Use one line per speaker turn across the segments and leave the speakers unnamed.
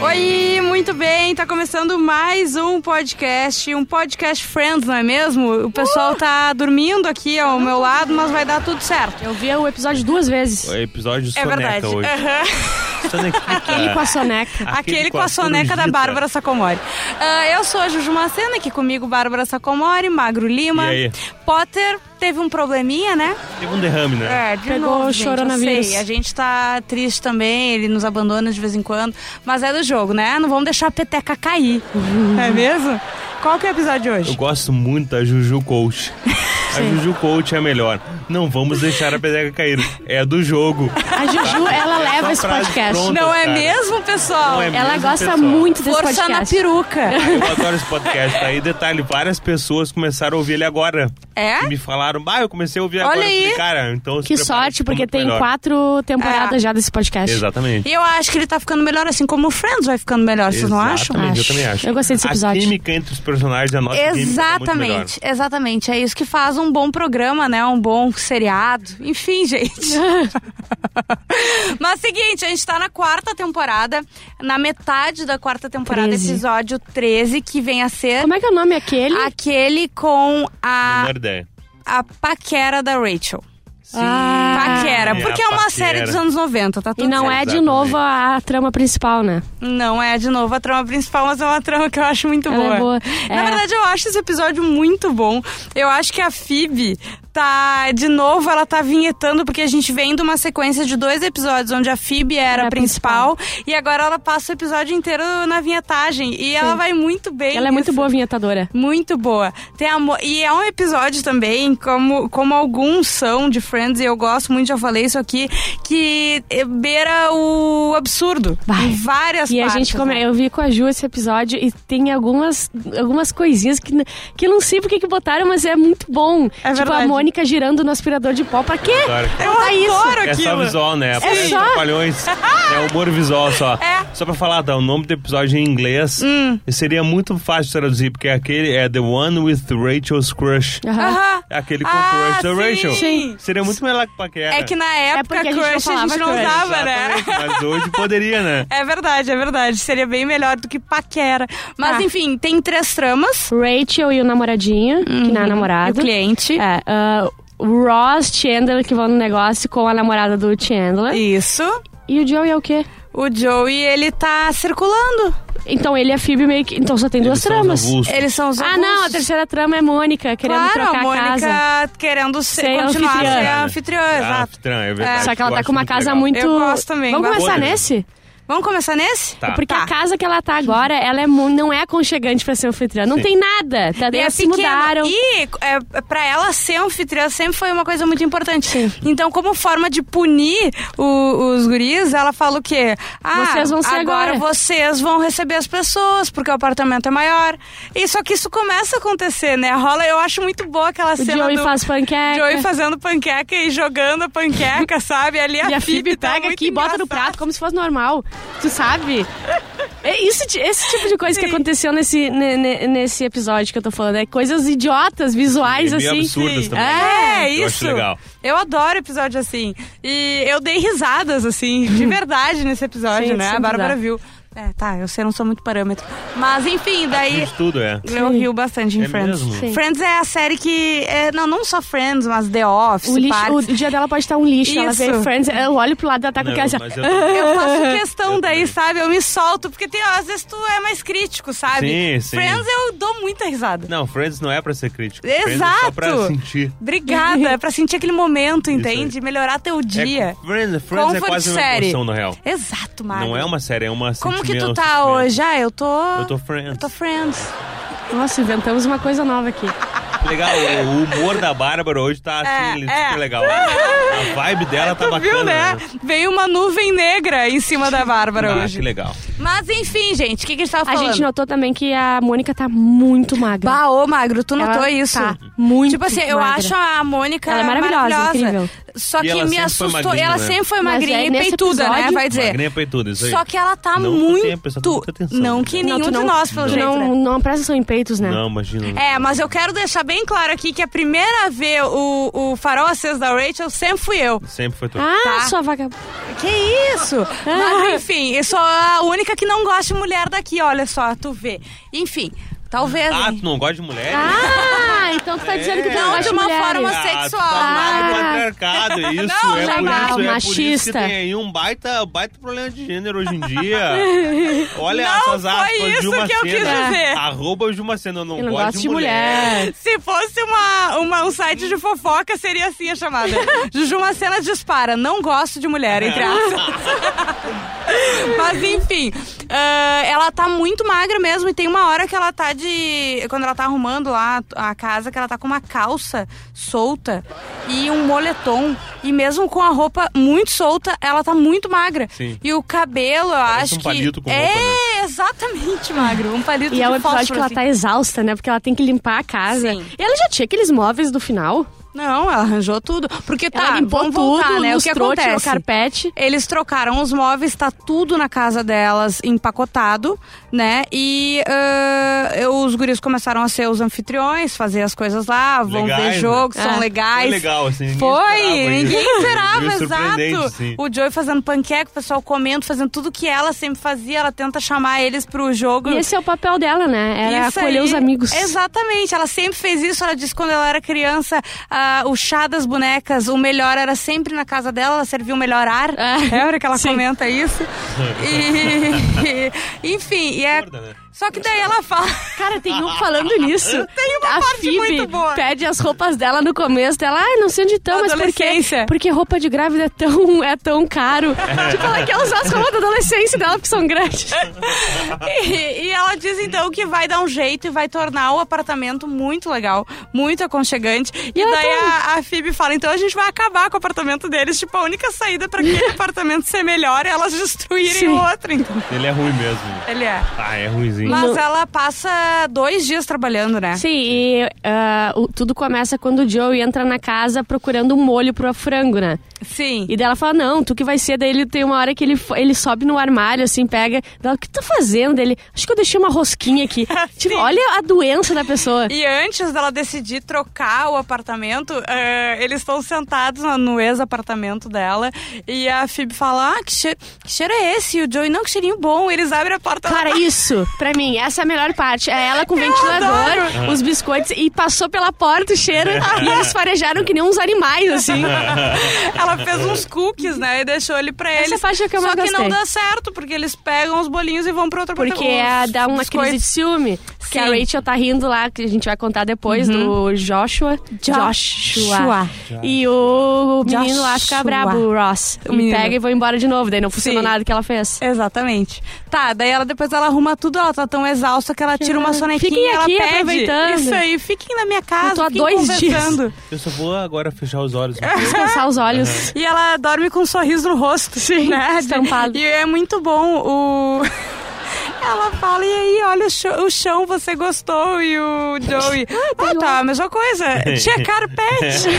Oi, muito bem, tá começando mais um podcast, um podcast Friends, não é mesmo? O pessoal tá dormindo aqui ao meu lado, mas vai dar tudo certo.
Eu vi o episódio duas vezes.
O episódio
É
soneca
verdade. É.
hoje. É.
Aham.
Sonequita.
Aquele Tá com a soneca.
Aquele, com a soneca da
corujita.
Bárbara Sacomori. Ah, eu sou a Juju Macena, aqui comigo Bárbara Sacomori, Magro Lima.
E aí?
Potter teve um probleminha, né?
Teve um derrame, né?
É, de
Pegou
novo,
o
gente, eu
choronavírus.
sei. A gente tá triste também, ele nos abandona de vez em quando. Mas é do jogo, né? Não vamos deixar a peteca cair. é mesmo? Qual que é o episódio de
Eu
hoje?
gosto muito da Juju Coach. A Juju Coach é a melhor. Não vamos deixar a peteca cair. É do jogo.
A Juju, ela leva
Essa
esse
frase
podcast.
pronta,
Não é
cara.
mesmo, pessoal?
Não é
Ela
mesmo,
gosta
pessoal.
muito desse
Força na
podcast.
peruca.
Eu adoro esse podcast. Aí, detalhe, várias pessoas começaram a ouvir ele agora.
É?
E me falaram, ah, eu comecei a ouvir
Olha
agora. Eu falei,
aí.
cara, então... se
Que
prepara,
sorte,
ficou
porque
muito
tem
melhor.
quatro temporadas
É.
já desse podcast.
Exatamente.
E eu acho que ele tá ficando melhor, assim como o Friends vai ficando melhor, vocês não acham?
Exatamente, Eu
Acho.
também acho.
Eu gostei desse
A
episódio.
química entre os personagens, a nossa química é muito melhor.
Exatamente, exatamente. É isso que faz um bom programa, né? Um bom seriado. Enfim, gente. Mas seguinte, a gente tá na quarta temporada, na metade da quarta temporada,
13.
episódio 13, que vem a ser
Como é que é o nome aquele?
aquele com a,
Menor ideia.
a paquera da Rachel.
Sim.
Ah.
Paquera,
É,
porque é uma
paquera.
série dos anos 90, tá tudo
E não
certo.
é de
Exatamente.
novo a trama principal, né?
Não é de novo a trama principal, mas é uma trama que eu acho muito
Ela
boa.
é boa,
Na
é.
verdade, eu acho esse episódio muito bom. Eu acho que a Phoebe tá, de novo, ela tá vinhetando, porque a gente vem de uma sequência de dois episódios onde a Phoebe era
Era
a
a
principal, e agora ela passa o episódio inteiro na vinhetagem. E ela vai muito bem.
Ela é muito
nisso.
boa vinhetadora.
Muito boa. Tem amor. E é um episódio também, como, como alguns são de Friends, e eu gosto muito, já falei isso aqui, que eh, beira o absurdo.
Vai.
Em várias
E a
partes.
gente, come...
né?
eu vi com a Ju esse episódio e tem algumas, algumas coisinhas que, n- que eu não sei por que que botaram, mas é muito bom.
É
tipo
verdade.
a Mônica girando no aspirador de pó. Pra quê?
Claro.
Eu
Botar isso.
adoro
É só
aquilo.
visual, né? Aparece
só.
Trapalhões. É humor visual só.
É. Hum.
Só pra falar, tá? O nome do episódio em inglês seria muito fácil de traduzir, porque aquele é The One with Rachel's Crush.
Aham.
Aham.
É Aquele com o
Ah,
crush da
sim.
Rachel.
Sim.
Seria muito melhor que paquera.
É que na época
porque a gente não
crush a
falava
gente não
crush.
usava, né?
Exatamente, Mas hoje poderia, né?
É verdade, é verdade. Seria bem melhor do que paquera. Mas
Tá.
enfim, tem três tramas.
Rachel e o namoradinho, que não é
Uhum. E o
namorado.
cliente.
É, ah, o Ross Chandler que vão no negócio com a namorada do Chandler. E,
Isso.
o Joey é o quê?
O Joey, ele tá circulando.
Então ele e a Phoebe meio que. Então só tem duas
Eles são os
tramas.
avulsos.
Eles são os
Ah, não, a
avulsos.
terceira trama é Mônica querendo
Claro,
trocar
a
a
Mônica
casa.
querendo ser,
Ser
continuar a ser
anfitriã.
a é anfitriã,
Ah,
exato.
estranho, é verdade.
Só que ela
Eu
tá
acho
com uma casa
legal.
muito.
Eu gosto também,
Vamos
gosto.
começar
Podre.
nesse?
Vamos começar nesse?
Tá.
Porque
Tá.
a casa que ela tá agora, ela é mu- não é aconchegante pra ser anfitriã. Não
Sim.
tem nada. Tá?
E é
Elas se
pequeno.
mudaram.
E é, pra ela ser anfitriã sempre foi uma coisa muito importante. Então, como forma de punir o- os guris, ela fala o quê? Ah,
Vocês vão ser agora.
vocês vão receber as pessoas, porque o apartamento é maior. E só que isso começa a acontecer, né? Rola, eu acho muito boa aquela
O
cena
Joey
do...
faz panqueca.
Joey fazendo panqueca e jogando a panqueca, sabe? Ali a,
E a
Phoebe,
Phoebe
tá
pega
muito
aqui e bota no
engraçada.
prato como se fosse normal. Tu sabe? É isso, ti- esse tipo de coisa que aconteceu nesse, ne- ne- nesse episódio que eu tô falando. É coisas idiotas, visuais,
E meio
assim.
absurdas também.
É,
Eu
isso.
acho legal.
Eu adoro episódio assim. E eu dei risadas, assim, de verdade nesse episódio,
Sim,
né?
sim,
A Bárbara
bizarro.
viu. É, tá, eu sei, não sou muito parâmetro. Mas enfim, daí.
De tudo, é.
Eu rio bastante em
É
Friends.
mesmo?
Sim.
Friends é a série que. é, não, não só Friends, mas The Office,
É, O, lixo-
Parks.
o dia dela pode estar um lixo. Ela
Isso.
vê Friends, eu olho pro lado e ela tá com
Não,
aquela assim,
mas eu
"Ah,
também.
Eu faço questão
Eu
daí,
também.
sabe? Eu me solto, porque tem, ó, às vezes tu é mais crítico, sabe?
Sim, sim.
Friends eu dou muita risada.
Não, Friends não é pra ser crítico. Friends é só
Exato!
pra sentir.
Obrigada, é pra sentir aquele momento,
Isso
entende? Melhorar teu dia.
É, Friends, Friends é
Comfort
quase uma
série.
emoção, na real.
Exato, Mário.
Não é uma série, é uma
Como que tu
sentimento,
tá
sentimento.
hoje? Ah, eu tô.
Eu tô Friends.
Eu tô friends.
Nossa, inventamos uma coisa nova aqui.
Tá
Legal, o humor da Bárbara hoje tá assim,
É, é.
super legal. A vibe dela tá
tu
bacana.
viu, né? Veio uma nuvem negra em cima da Bárbara
Ah,
hoje.
que legal.
Mas enfim, gente, o que, que a gente tava
A
falando?
gente notou também que a Mônica tá muito magra.
Bah, ô, Magro, tu notou
Ela
isso?
Tá muito
Tipo assim, eu
magra.
acho a Mônica
Ela é maravilhosa, incrível.
Só
E
que
ela
me
sempre foi
assustou.
magrinha,
ela
né?
sempre foi
Mas
magrinha
aí,
e
nesse
peituda, né?
episódio-
Vai dizer.
Magrinha é peituda, isso aí.
Só que ela tá
Não que eu
muito.
tenha prestado muita atenção,
não
né?
que
Não,
nenhum
tu
de
não-
nós, pelo
tu
jeito. né?
não, não presta só em peitos, né?
Não, imagina.
É, mas eu quero deixar bem claro aqui que a primeira a ver o, o farol aceso da Rachel sempre fui eu.
Sempre foi tu.
Ah,
Tá.
sua vagabunda.
Que isso? Ah. Mas enfim, eu sou a única que não gosta de mulher daqui, olha só, tu vê. Enfim, talvez.
Ah,
hein?
tu não gosta de mulher?
Ah, então tu tá dizendo que tu
É. Não,
não gosta
de uma
mulheres.
forma-
Ah, tu
sexual.
tá mal
Ah.
no patriarcado, isso
Não,
é
já
por
vai.
isso, é por isso que
Machista.
tem aí um baita, baita problema de gênero hoje em dia. Olha
Não
essas
foi
aspas
isso
Dilma
que eu quis
Sena.
dizer.
Arroba Dilma Sena, eu não,
Eu não
gosto, de mulher.
Se fosse uma, uma- um site de fofoca, seria assim a chamada. Juju Macena dispara, não gosto de mulher, entre
É.
aspas. Mas enfim, ah, ela tá muito magra mesmo e tem uma hora que ela tá de. Quando ela tá arrumando lá a casa, que ela tá com uma calça solta e um moletom. E mesmo com a roupa muito solta, ela tá muito magra.
Sim.
E o cabelo, eu acho
um
que.
palito com
é,
roupa, né?
exatamente, magro. Um palito
E
de
é um episódio que
fósforo,
ela
assim.
tá exausta, né? Porque ela tem que limpar a casa.
Sim.
E ela já tinha aqueles móveis do final.
Não, ela arranjou tudo. Porque tá,
ela limpou
vamos
tudo,
voltar, né? O que
lustrou, tirou
acontece?
carpete.
Eles trocaram os móveis, tá tudo na casa delas empacotado, né? E ah, os guris começaram a ser os anfitriões, fazer as coisas lá, vão
Legais,
ver
né?
jogos, são
É.
legais.
Foi legal, assim, ninguém
Foi,
esperava isso.
ninguém esperava,
Meio
exato.
surpreendente, sim.
O Joey fazendo panqueca, o pessoal comendo, fazendo tudo que ela sempre fazia. Ela tenta chamar eles pro jogo.
E esse é o papel dela, né? Era
Isso
acolher
aí.
os amigos.
Exatamente, ela sempre fez isso. Ela disse quando ela era criança, ah, o chá das bonecas, o melhor era sempre na casa dela, ela servia o melhor ar.
É.
É hora que ela
Sim.
comenta isso. E- enfim, e é.
Gorda, né?
Só que daí ela fala.
Cara, tem um falando nisso. Tem
uma
a
parte
Phoebe
muito boa.
pede as roupas dela no começo dela. Ai, não sei onde estão, mas por quê?
Adolescência. É.
Porque roupa de grávida é tão, é tão caro. tipo, ela quer usar as roupas da adolescência dela, porque são grandes.
E, e ela diz então que vai dar um jeito e vai tornar o apartamento muito legal, muito aconchegante. E,
ela
daí
tem.
a, a Phoebe fala: então a gente vai acabar com o apartamento deles. Tipo, a única saída pra aquele apartamento ser melhor é elas destruírem
Sim.
o outro. Então,
Ele é ruim mesmo.
ele é.
Ah, é ruimzinho.
Mas
No-
ela passa dois dias trabalhando, né?
Sim, e ah, o- tudo começa quando o Joey entra na casa procurando um molho pro frango, né?
Sim.
E daí ela fala, não, tu que vai ser. Daí ele tem uma hora que ele, fo- ele sobe no armário, assim, pega. Daí ela, o que tu tá fazendo? Ele, acho que eu deixei uma rosquinha aqui. tipo, olha a doença da pessoa.
E antes dela decidir trocar o apartamento, eh, eles estão sentados na- no ex-apartamento dela. E a Phoebe fala: Ah, que cheiro, que cheiro é esse? E o Joey, não, que cheirinho bom. Eles abrem a porta.
Cara, isso, pra mim, essa é a melhor parte. É ela com o ventilador, os biscoitos, e passou pela porta o cheiro, e eles farejaram que nem uns animais, assim.
ela fez uns cookies, né? E deixou ele pra eles.
Essa parte é que eu
Só
mais
que não
gostei.
dá certo, porque eles pegam os bolinhos e vão pra outra
Porque é, dá uma crise de ciúme. Porque a
Sim. Uhum.
Rachel tá rindo lá, que a gente vai contar depois, do Joshua.
Joshua.
E o menino lá
Joshua.
fica brabo, o Ross.
O
e
menino.
pega e vai embora de novo. Daí não funcionou
Sim. É.
nada que ela fez.
Exatamente. Tá, daí ela depois ela arruma tudo, ela tá tão exausta que ela tira uma
ela-
sonequinha
Ah, Fiquem
e ela
aqui
pede.
aproveitando.
Isso aí, fiquem na minha casa,
Eu tô há
fiquem
dois dias.
conversando.
Eu só vou agora fechar os olhos. um
É,
Descansar os olhos.
E ela dorme com um sorriso no rosto, Sim, né?
estampado.
E é muito bom o... Ela fala, e aí, olha o chão, o chão, você gostou? E o Joey, ah,
um
tá, a mesma coisa. Tinha carpete.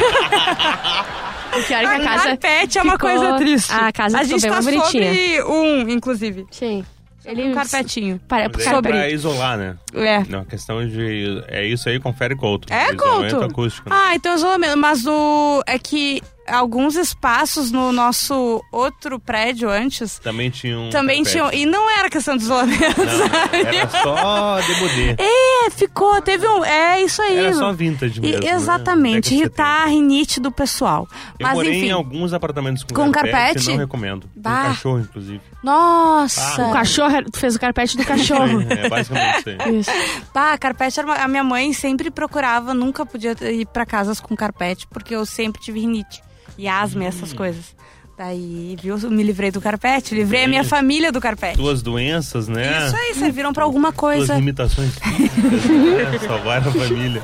Porque a hora que a casa...
carpete é uma
ficou-
coisa triste.
a casa
A
ficou
gente
bem
tá
mais bonitinha.
sobre um, inclusive.
Sim. Ele...
Um carpetinho.
Para,
Mas é pra
sobre...
isolar, né?
É.
É uma questão de... É isso aí, confere Couto.
É,
Isolamento
Couto?
acústico. né?
Ah, então isolamento. Mas o... é que alguns espaços no nosso outro prédio antes
Também tinha um
Ah, também
carpete.
tinham. E não era questão de isolamento, sabe?
Era só debudê.
É, ficou. Teve um. É isso aí.
Era só vintage
E-
mesmo. né?
exatamente,
Década de
irritar a rinite do pessoal.
70. Eu
Mas
morei
enfim.
em alguns apartamentos com,
Com carpete?
carpete. Não recomendo. Com
Bah.
cachorro, inclusive.
Nossa!
Ah,
O cachorro... Tu fez o carpete do cachorro.
É basicamente isso aí.
Isso.
Pá, carpete era uma- A minha mãe sempre procurava, nunca podia ter- ir pra casas com carpete, porque eu sempre tive rinite. E asma, essas
Hum.
coisas. Daí, viu? Eu Me livrei do carpete, livrei a minha
Sim.
família do carpete.
Tuas doenças, né?
Isso aí, serviram pra alguma
Tuas
coisa.
limitações. físicas, né? Salvar a família.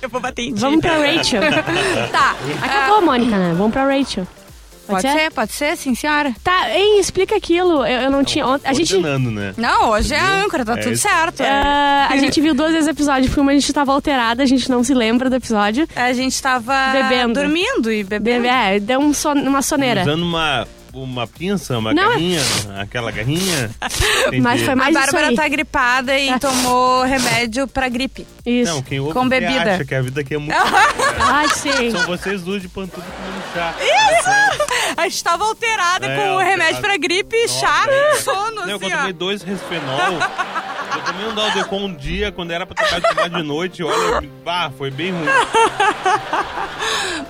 Eu vou bater em ti.
Vamos pra Rachel.
É.
Tá.
Acabou, Mônica, né? Vamos pra Rachel.
Pode, ser? pode ser, sim, senhora.
Tá, hein, explica aquilo. Eu, eu não tinha. ont- A gente.
Ordenando, né?
Não, hoje é
Entendeu?
âncora, tá
É
tudo
isso.
certo.
ah, a gente viu duas vezes o episódio, porque uma a gente tava alterada, a gente não se lembra do episódio.
A gente tava
Bebendo.
dormindo e bebendo.
É, deu um son- uma soneira.
Usando uma, uma pinça, uma
Não, é-
garrinha, aquela garrinha. Entendi.
Mas foi mais
a
isso
Bárbara
aí.
tá gripada e tomou remédio pra gripe.
Isso.
Não, quem ouve
Com
até
bebida.
acha que a vida aqui é muito...
Ai, sim.
São vocês duas de pantudo comendo chá.
A gente tava alterada
É,
com o
alterada.
remédio pra gripe,
Nossa,
chá,
é.
sono,
Não,
assim,
eu
ó.
tomei dois resfenol. eu tomei um Daldecon um dia, quando era pra tocar de tomar de noite. Olha, bah, foi bem ruim.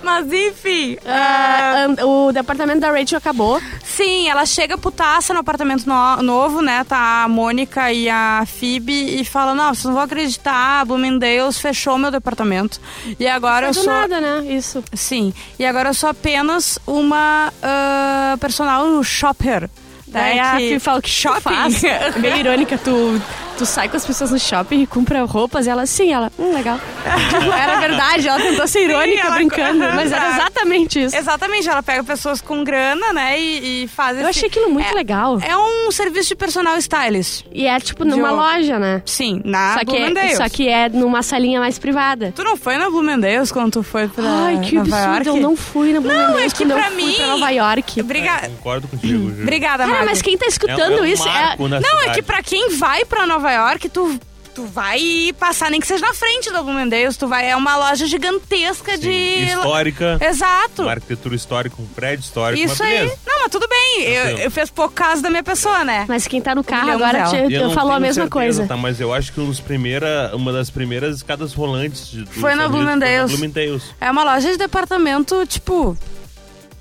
Mas enfim.
Ah, and- o departamento da Rachel acabou.
Sim, ela chega putaça no apartamento no- novo, né? Tá a Mônica e a Phoebe e fala: Não, vocês não vão acreditar, a Bloomingdale's fechou meu departamento. E agora eu
do
sou.
nada, né? Isso.
Sim, e agora eu sou apenas uma ah, personal shopper. Tá, Né, é
Daí É, a Fih fala, assim o que shopping? Faz? Bem irônica, tu, tu sai com as pessoas no shopping e compra roupas e ela, sim, ela, hum, legal. Tipo, era verdade, ela tentou ser irônica,
ela-
brincando, mas era exatamente isso.
Exatamente, ela pega pessoas com grana, né? E, e faz
Eu achei aquilo muito legal.
É um serviço de personal stylist.
E é tipo numa
Diogo.
loja, né?
Sim, na
Só que, é,
Bloomingdale's.
só que é numa salinha mais privada.
Tu não foi na Bloomingdale's quando tu foi pra
Ai, que
Nova
absurdo, eu
York?
não fui na Bloomingdale's,
Não, é que
quando eu
pra
fui
mim-
pra Nova York.
Obrigada.
Concordo contigo, Ju.
Obrigada,
Cara,
Mari.
mas quem tá
É um- é um
escutando isso é...
marco na
Não, é
cidade.
que pra quem vai pra Nova York, tu, tu vai passar, nem que seja na frente do Bloomingdale's, tu vai, é uma loja gigantesca
Sim,
de...
Histórica,
Exato.
uma arquitetura histórica, um prédio histórico,
Isso
mas
aí.
beleza.
Não, mas tudo bem. Eu,
Tranquilo.
eu fiz pouco caso da minha pessoa, né?
Mas quem tá no carro
Milhão
agora
dela.
te,
E
eu
não
falou a
tenho
mesma
certeza,
coisa.
Tá, mas eu acho que um dos primeira, uma das primeiras escadas rolantes de, dos
Foi na
Estados Unidos
Bloomingdale's.
Foi na Bloomingdale's.
É uma loja de departamento, tipo,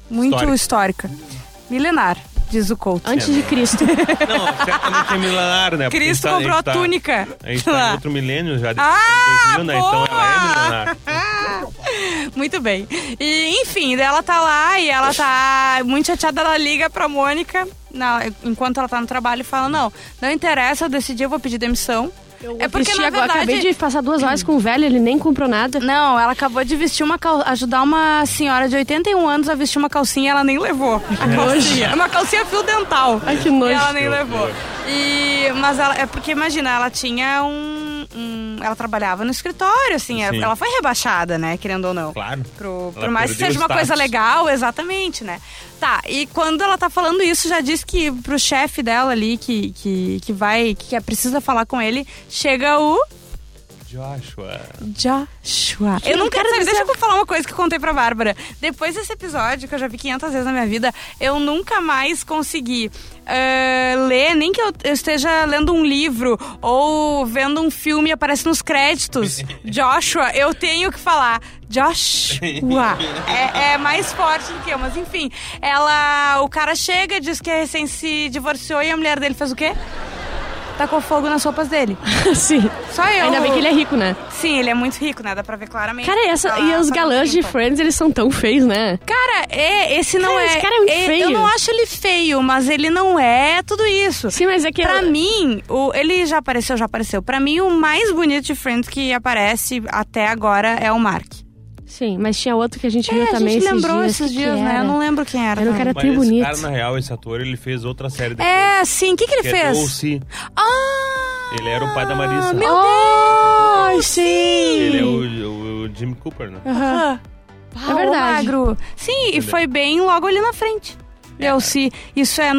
muito histórica. Milenar, diz o Couto.
Antes de Cristo.
Não, certamente é milenar, né? Porque
Cristo
a gente
comprou a
tá- gente tá-
túnica.
A gente tá em outro milênio já, depois
Ah,
de 2000, né? Então ela é
boa!
milenar.
Muito bem. E, enfim, daí ela tá lá e ela tá muito chateada, ela liga pra Mônica, na- enquanto ela tá no trabalho, e fala, não, não interessa, eu decidi, eu vou pedir demissão. é porque,
Vesti
na
agora,
verdade...
acabei de passar duas horas com o velho, ele nem comprou nada.
Não, ela acabou de vestir uma cal... ajudar uma senhora de 81 anos a vestir uma calcinha e ela nem levou. A calcinha. É uma calcinha fio dental.
Ai, que
E
nojo.
ela nem
Que
levou.
horror.
E, mas ela, é porque, imagina, ela tinha um. um- ela trabalhava no escritório, assim. Ela,
Sim.
ela foi rebaixada, né? Querendo ou não.
Claro.
Pro, por
Ela
mais que
perdeu
seja uma
status.
coisa legal, exatamente, né? Tá, e quando ela tá falando isso, já diz que pro chefe dela ali, que, que, que vai, que é, precisa falar com ele, chega o
Joshua.
Joshua. Eu não quero saber, deixa eu falar uma coisa que eu contei pra Bárbara. Depois desse episódio, que eu já vi 500 vezes na minha vida, eu nunca mais consegui eh, ler, nem que eu, eu esteja lendo um livro ou vendo um filme e aparece nos créditos. Joshua, eu tenho que falar. Joshua. É, é mais forte do que eu, mas enfim. Ela, o cara chega, diz que é recém se divorciou e a mulher dele fez o quê? Tacou fogo nas roupas dele.
Sim.
Só eu.
Assim, Ainda bem que ele é rico, né?
Sim, ele é muito rico, né? Dá pra ver claramente.
Cara, e, essa,
Tá
e
lá,
os
tá
galãs de
limpa.
Friends, eles são tão feios, né?
Cara, é, esse não
Cara,
é.
esse cara é muito
é- Eu
feio.
não acho ele feio, mas ele não é tudo isso.
Sim, mas é que...
Pra mim, o, ele já apareceu, já apareceu. Pra mim, o mais bonito de Friends que aparece até agora é o Mark.
Sim, mas tinha outro que a gente viu
É, a
também
gente
esses
lembrou
dias.
esses
que que
dias, né?
era?
Eu não lembro quem era.
Era um
também.
cara
Mas
tão
esse
bonito.
cara, na real, esse ator, ele fez outra série depois.
É, sim. O que, que ele
que é
fez?
Doce.
Ah!
Ele era o pai da Marisa.
Meu
Oh, sim!
Ele é o, o- o Jimmy Cooper, né?
Aham.
É verdade.
Ô, um magro. Sim, e foi bem logo ali na frente. Deu se isso é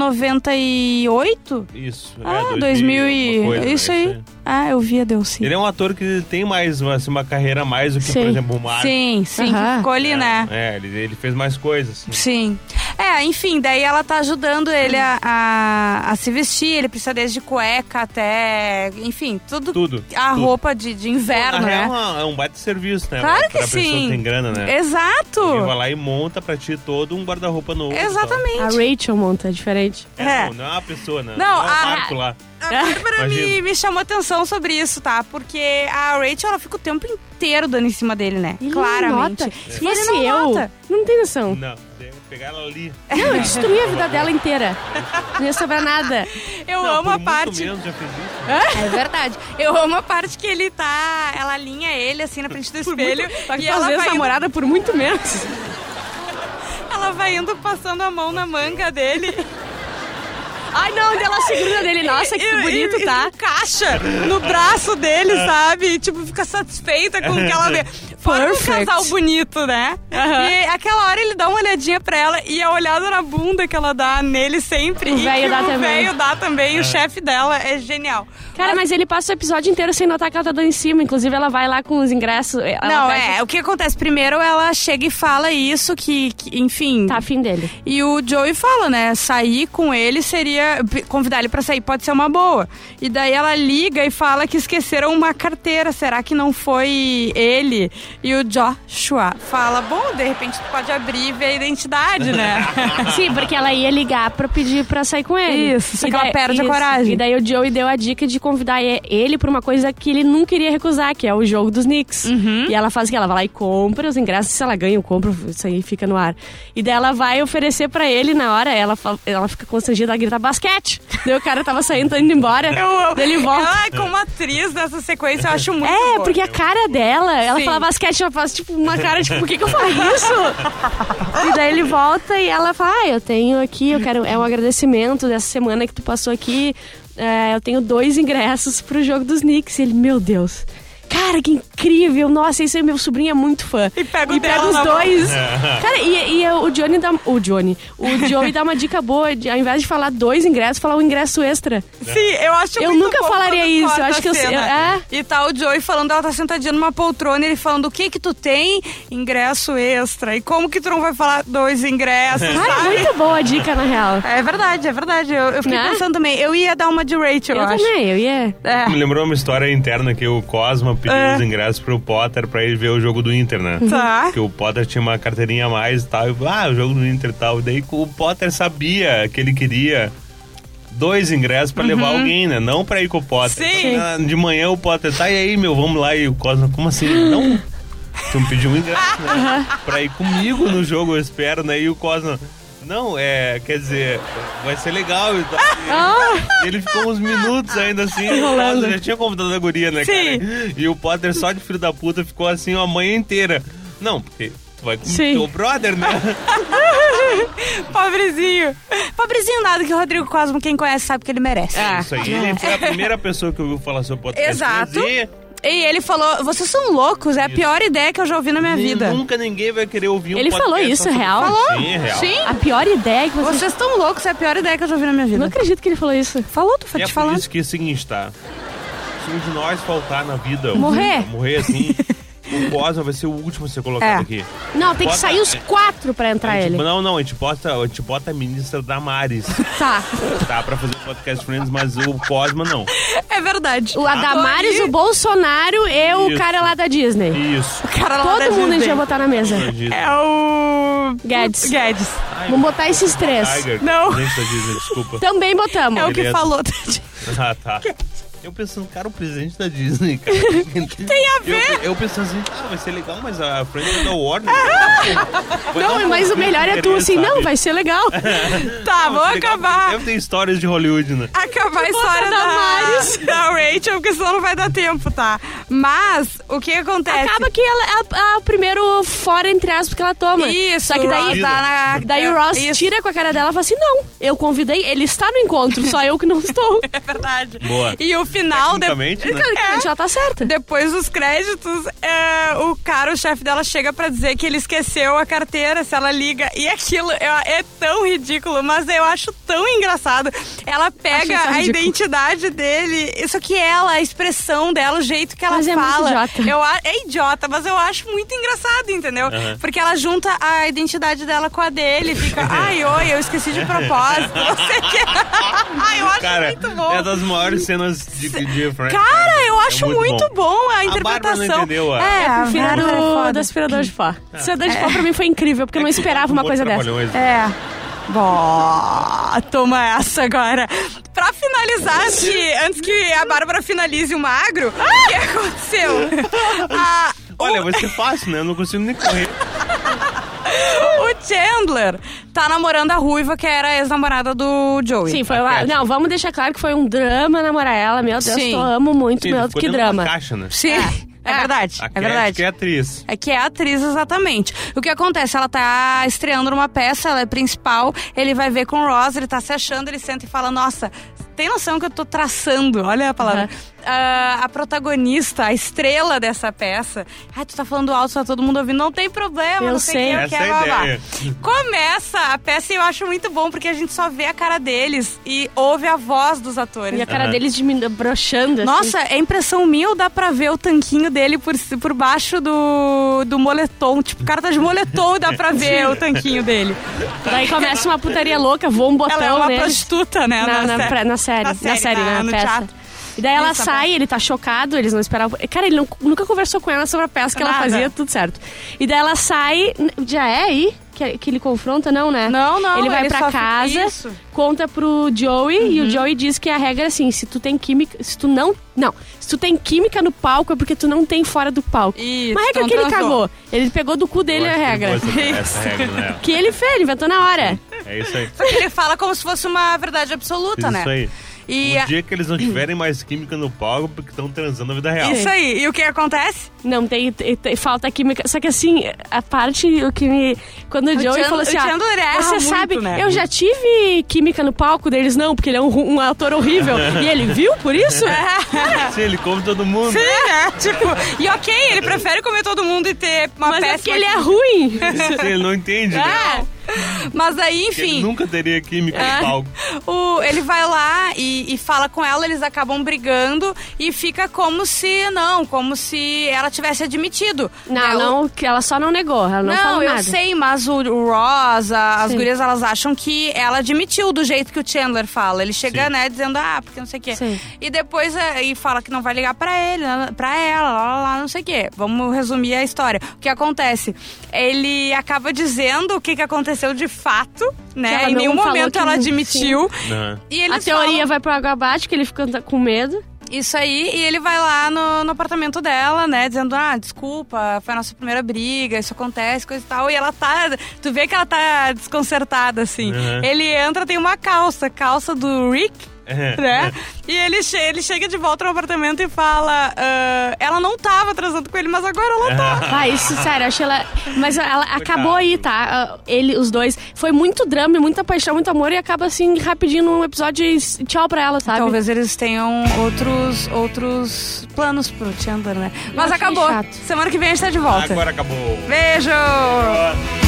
98?
Isso.
Ah,
é,
2000
e
e
alguma coisa, né?
isso aí. Ah, eu vi a Delcy.
Ele é um ator que tem mais uma, assim, uma carreira a mais do que,
Sim.
por exemplo, o Mark.
Sim, sim,
Aham.
que ficou ali,
um É,
né?
É, ele, ele fez mais coisas. assim.
Sim. É, enfim, daí ela tá ajudando ele a, a, a se vestir, ele precisa desde cueca até. Enfim, tudo.
Tudo.
a
tudo.
roupa de, de inverno,
Na
né?
real, é um- é um baita serviço, né?
Claro
pra
que
pra pessoa
sim.
que tem grana, né?
Exato!
Ele vai lá e monta pra ti todo um guarda-roupa novo. e tal.
A
Exatamente.
Rachel monta, é diferente.
É.
É, Não, não é uma pessoa, né?
Não,
é um
a-
Marco lá.
A Bárbara me,
Imagina.
me chamou atenção sobre isso, tá? Porque a Rachel, ela fica o tempo inteiro dando em cima dele, né?
Ele não
Claramente.
nota. Se
E ele
fosse
não
eu,
nota.
É. não tem noção.
Não, deve pegar ela ali.
Não, eu destruí a vida dela inteira. Não ia sobrar nada.
Eu
Não,
amo
por
a
muito
parte.
menos já fez isso.
É verdade. Eu amo a parte que ele tá. Ela alinha
Tá
ele assim na frente do espelho.
Só que
e ela
às vezes
vai,
namorada por muito menos.
ela tava indo passando a mão na manga dele.
Ai, não, dela segura dele. Nossa, que
E-
bonito,
e- e
tá? É.
Encaixa no braço dele, sabe? E, tipo, fica satisfeita com o que ela vê. Fora um
Perfect.
casal bonito, né?
Aham.
E aquela hora ele dá uma olhadinha pra ela e a olhada na bunda que ela dá nele sempre.
O
e
velho
que
dá
o
também.
velho dá também. O chefe dela é genial.
Cara, mas ele passa o episódio inteiro sem notar que ela tá dando em cima. Inclusive, ela vai lá com os ingressos. ela
Não,
fecha-
é. O que acontece? Primeiro ela chega e fala isso, que, que, enfim.
Tá afim dele.
E o Joey fala, né? Sair com ele seria. p- Convidar ele pra sair pode ser uma boa. E daí ela liga e fala que esqueceram uma carteira. Será que não foi ele? E o Joshua fala: Bom, de repente tu pode abrir e ver a identidade, né?
Sim, porque ela ia ligar pra pedir pra sair com ele.
Isso, só
E
que ela
daí-
perde a
isso.
coragem.
E daí o Joey deu a dica de convidar e- ele pra uma coisa que ele nunca iria recusar, que é o jogo dos Knicks.
Uhum.
E ela faz o que? Ela vai lá e compra os ingressos, se ela ganha ou compra, isso aí fica no ar. E daí ela vai oferecer pra ele na hora, ela, fa- ela fica constrangida, ela grita basquete. daí o cara tava saindo, tá indo embora. daí ele volta.
Ai, como atriz dessa sequência, eu acho muito.
É,
boa.
porque a cara dela, ela
Sim.
fala basquete, ela faz tipo uma cara, tipo, por que, que eu falei isso? e daí ele volta e ela fala: Ah, eu tenho aqui, eu quero. É um agradecimento dessa semana que tu passou aqui. É, eu tenho dois ingressos pro jogo dos Knicks. E ele, meu Deus. Cara, que incrível! Nossa, esse é meu sobrinho é muito fã.
E pega o
e pega
dela
os
na mão.
dois. Cara, e, e o Johnny dá. O Johnny. O Joey dá uma dica boa de, ao invés de falar dois ingressos, falar um ingresso extra.
Né?
Sim, eu acho
Eu
muito
nunca
bom
falaria
quando
isso, eu
corta
acho que
a
eu sei-
cena. E tá o Joey falando, ela tá sentadinha numa poltrona, ele falando, o que que tu tem? Ingresso extra. E como que tu não vai falar dois ingressos,
Cara, é
sabe?
muito boa a dica, na real.
É verdade, é verdade. Eu, eu fiquei
Né?
pensando também. Eu ia dar uma de Rachel, eu,
Eu
acho.
também, eu ia.
É.
Me lembrou uma história interna que o Cosma pediu
É.
os ingressos pro Potter pra ele ver o jogo do Inter, né?
Tá.
Porque o Potter tinha uma carteirinha a mais e tal. E, ah, o jogo do Inter e tal. E daí o Potter sabia que ele queria dois ingressos pra levar alguém, né? Não pra ir com o Potter.
Uhum. Sim.
Então, na- de manhã o Potter, tá e aí, meu, vamos lá. E o Cosma, como assim? Não. Tu me pediu um ingresso, né? Pra ir comigo no jogo, eu espero, né? E o Cosma. Não, é, quer dizer, vai ser legal. e tal. E- e ele ficou uns minutos ainda assim, enrolando. Já tinha convidado a guria, né,
Sim.
cara? E o Potter, só de filho da puta, ficou assim a manhã inteira. Não, porque tu vai com
Sim.
teu brother, né?
Pobrezinho. Pobrezinho nada que o Rodrigo Cosmo, quem conhece, sabe que ele merece.
Isso aí,
É.
ele foi a primeira pessoa que ouviu falar sobre o Potter.
Exato.
E
E ele falou, vocês são loucos, é a pior ideia que eu já ouvi na minha vida.
Nunca ninguém vai querer ouvir um
Ele falou
podcast
isso,
só sobre
real?
futebol.
Falou?
Sim, é real.
Sim.
A pior ideia que você.
Vocês estão loucos, é a pior ideia que eu já ouvi na minha
Eu
vida.
não acredito que ele falou isso.
Falou, tu
E
foi
é
te falando.
por isso que é o seguinte, tá? Se um de nós faltar na vida...
Morrer.
Morrer, assim... o Cosma vai ser o último a ser colocado
É.
aqui.
Não, tem que
Bota-
sair os quatro pra entrar
A gente-
ele.
Não, não, a gente bota, a gente bota a ministra Damares,
Tá.
tá? Pra fazer o podcast Friends, mas o Cosma não.
É verdade.
O Adamares, o Bolsonaro e o
Isso.
cara lá da Disney.
Isso.
O cara lá da
Todo mundo a gente
Disney.
vai botar na mesa.
É o.
Guedes.
Guedes.
Ai,
Vamos botar esses três.
Tiger.
Não.
Gente da Disney, desculpa.
Também botamos.
É o que
Beleza.
falou.
Ah, tá. Eu pensando, cara, o presidente da Disney, cara. O que tem a ver? Eu, eu pensando assim, ah, vai ser legal, mas a Friends é da Warner. um Vai dar
Não,
um
mas o
conflito
melhor
de
é tu,
interesse,
assim, não,
sabe?
vai ser legal.
Tá,
Vai
vou
ser legal,
acabar.
Deve ter histórias de Hollywood, né?
Acabar a história
da
da,
Maris.
da Rachel, porque senão não vai dar tempo, tá? Mas, o que acontece?
Acaba que ela é, a- é o primeiro fora, entre aspas, que ela toma.
Isso,
Só que daí,
Ross tá na-
daí o Ross
Isso,
tira com a cara dela e fala assim: não, eu convidei, ele está no encontro, só eu que não estou.
É verdade.
Boa.
E o final, de-
Tecnicamente, né?
É.
Teoricamente, ela tá certa.
depois dos créditos, é, o cara, o chefe dela, chega pra dizer que ele esqueceu a carteira, se ela liga. E aquilo é, é tão ridículo, mas eu acho tão engraçado. Ela pega
Acho isso
a
ridículo.
identidade dele, isso que ela, a expressão dela, o jeito que ela
Mas é muito
fala.
idiota.
Eu a- é idiota, mas eu acho muito engraçado, entendeu?
Aham.
Porque ela junta a identidade dela com a dele, fica, ai, oi, eu esqueci de propósito. Não sei o quê. ai, Ah, eu acho
Cara,
muito bom.
é das maiores cenas de, de Friends.
É,
É
Cara, eu acho muito, bom. a
Bárbara não
interpretação.
entendeu, ó.
é, a
Prefiro
Bárbara é
do,
foda.
do aspirador de pó.
Ah.
O aspirador de pó pra mim foi incrível,
É
porque eu não esperava
um
uma coisa dessa.
É. Bó, toma essa agora. Pra finalizar, antes que, antes que a Bárbara finalize o magro, o que aconteceu? A-
É.
Olha, vai ser fácil, né? Eu não consigo nem correr.
o Chandler tá namorando a Ruiva, que era a ex-namorada do Joey.
Sim, foi lá.
Cat.
Não, vamos deixar claro que foi um drama namorar ela. Meu Deus,
Sim.
eu amo muito,
Sim,
meu
ficou
Deus, que
dentro de uma
drama.
Caixa, né?
Sim. É, verdade.
A
é
Cat
verdade.
que é atriz.
É que é atriz, exatamente. O que acontece? Ela tá estreando uma peça, ela é principal, ele vai ver com o Ross, ele tá se achando, ele senta e fala: Nossa, tem noção que eu tô traçando? Olha a palavra. Ah, a protagonista, a estrela dessa peça. Ai, tu tá falando alto, tá todo mundo ouvindo. Não tem problema,
Eu
não
sei.
sei quem eu
Essa é
quero
a
babá.
ideia.
Começa a peça e eu acho muito bom, porque a gente só vê a cara deles e ouve a voz dos atores.
E a cara
Aham.
deles diminu... broxando, assim.
Nossa, é impressão minha ou dá pra ver o tanquinho dele por, ci- por baixo do, do moletom? Tipo, o cara tá de moletom e dá pra ver o tanquinho dele.
Daí começa uma putaria louca, voa um botão
Ela é uma
neles.
prostituta, né?
Na, na,
série.
pra- na série, na série, né, na,
no
peça.
teatro.
E daí ela
Isso, a
sai, ele tá chocado, eles não esperavam. Cara, ele não- nunca conversou com ela sobre a peça que ela
Nada.
fazia, tudo certo. E daí ela sai, já é aí que, que ele confronta, não, né?
Não, não.
Ele vai pra
só fica-
casa,
Isso. Uhum.
Conta pro Joey e o Joey diz que a regra é assim, se tu tem química, se tu não, não, se tu tem química no palco é porque tu não tem fora do palco.
Isso.
Uma regra
então
que ele
transou.
cagou. Ele pegou do cu dele
Eu
a
acho que
regra.
ele gosta dessa regra, né?
Que ele fez, ele inventou na hora.
É isso aí.
Só que ele fala como se fosse uma verdade absoluta, né?
Isso aí.
E é
O dia que eles não tiverem mais química no palco, porque estão transando na vida real.
isso aí. E o que acontece?
Não, tem, tem- tem- falta química. Só que assim, a parte o que me. Quando o
O
Joey
Chandler-
falou assim,
o
ó,
Chandler erra
você
muito,
sabe,
né?
eu já tive química no palco deles, não, porque ele é um, ru- um ator horrível. e ele viu por isso?
Sim, ele come todo mundo.
Sim, né? Tipo, e ok, ele prefere comer todo mundo e ter uma
Mas
péssima...
é porque ele é ruim.
Sim, ele não entende, né?
Ah,
É. Mas aí,
Porque Ele
enfim...
nunca teria química
É.
no palco.
O- ele vai lá e, e fala com ela, eles acabam brigando e fica como se não, como se ela tivesse admitido.
Não,
Ela-
não, que ela só não negou, ela não,
É, Não,
falou
eu
nada.
sei, mas o, o Ross, a- as
Sim.
gurias, elas acham que ela admitiu do jeito que o Chandler fala. Ele chega,
Sim.
né, dizendo, ah, porque não sei o quê.
Sim.
E depois é, e fala que não vai ligar pra ele, né, pra ela, lá, lá, lá, não sei o quê. Vamos resumir a história. O que acontece? Ele acaba dizendo o que, que aconteceu de fato,
Que
né?
ela
Em
não
nenhum
falou
momento
que
ela
não-
admitiu.
Não.
E
A
eles
teoria
falam-
vai pro água abaixo, que ele fica t- com medo.
Isso aí, e ele vai lá no, no apartamento dela, né? Dizendo, ah, desculpa, foi a nossa primeira briga, isso acontece, coisa e tal. E ela tá. Tu vê que ela tá desconcertada, assim.
Uhum.
Ele entra, tem uma calça, calça do Rick.
É.
Né? E ele, che- ele chega de volta no apartamento e fala: "Ah, Ela não tava transando com ele, mas agora ela tá.
Ah, isso, sério, achei ela. Mas ela acabou aí, tá? Ah, Ele, os dois. Foi muito drama, e muita paixão, muito amor, e acaba assim, rapidinho num episódio e s- tchau pra ela, sabe?
Talvez eles tenham outros, outros planos pro Chandler, né? Mas
achei
acabou.
chato.
Semana que vem a gente tá de volta.
Agora acabou.
Beijo!
Agora.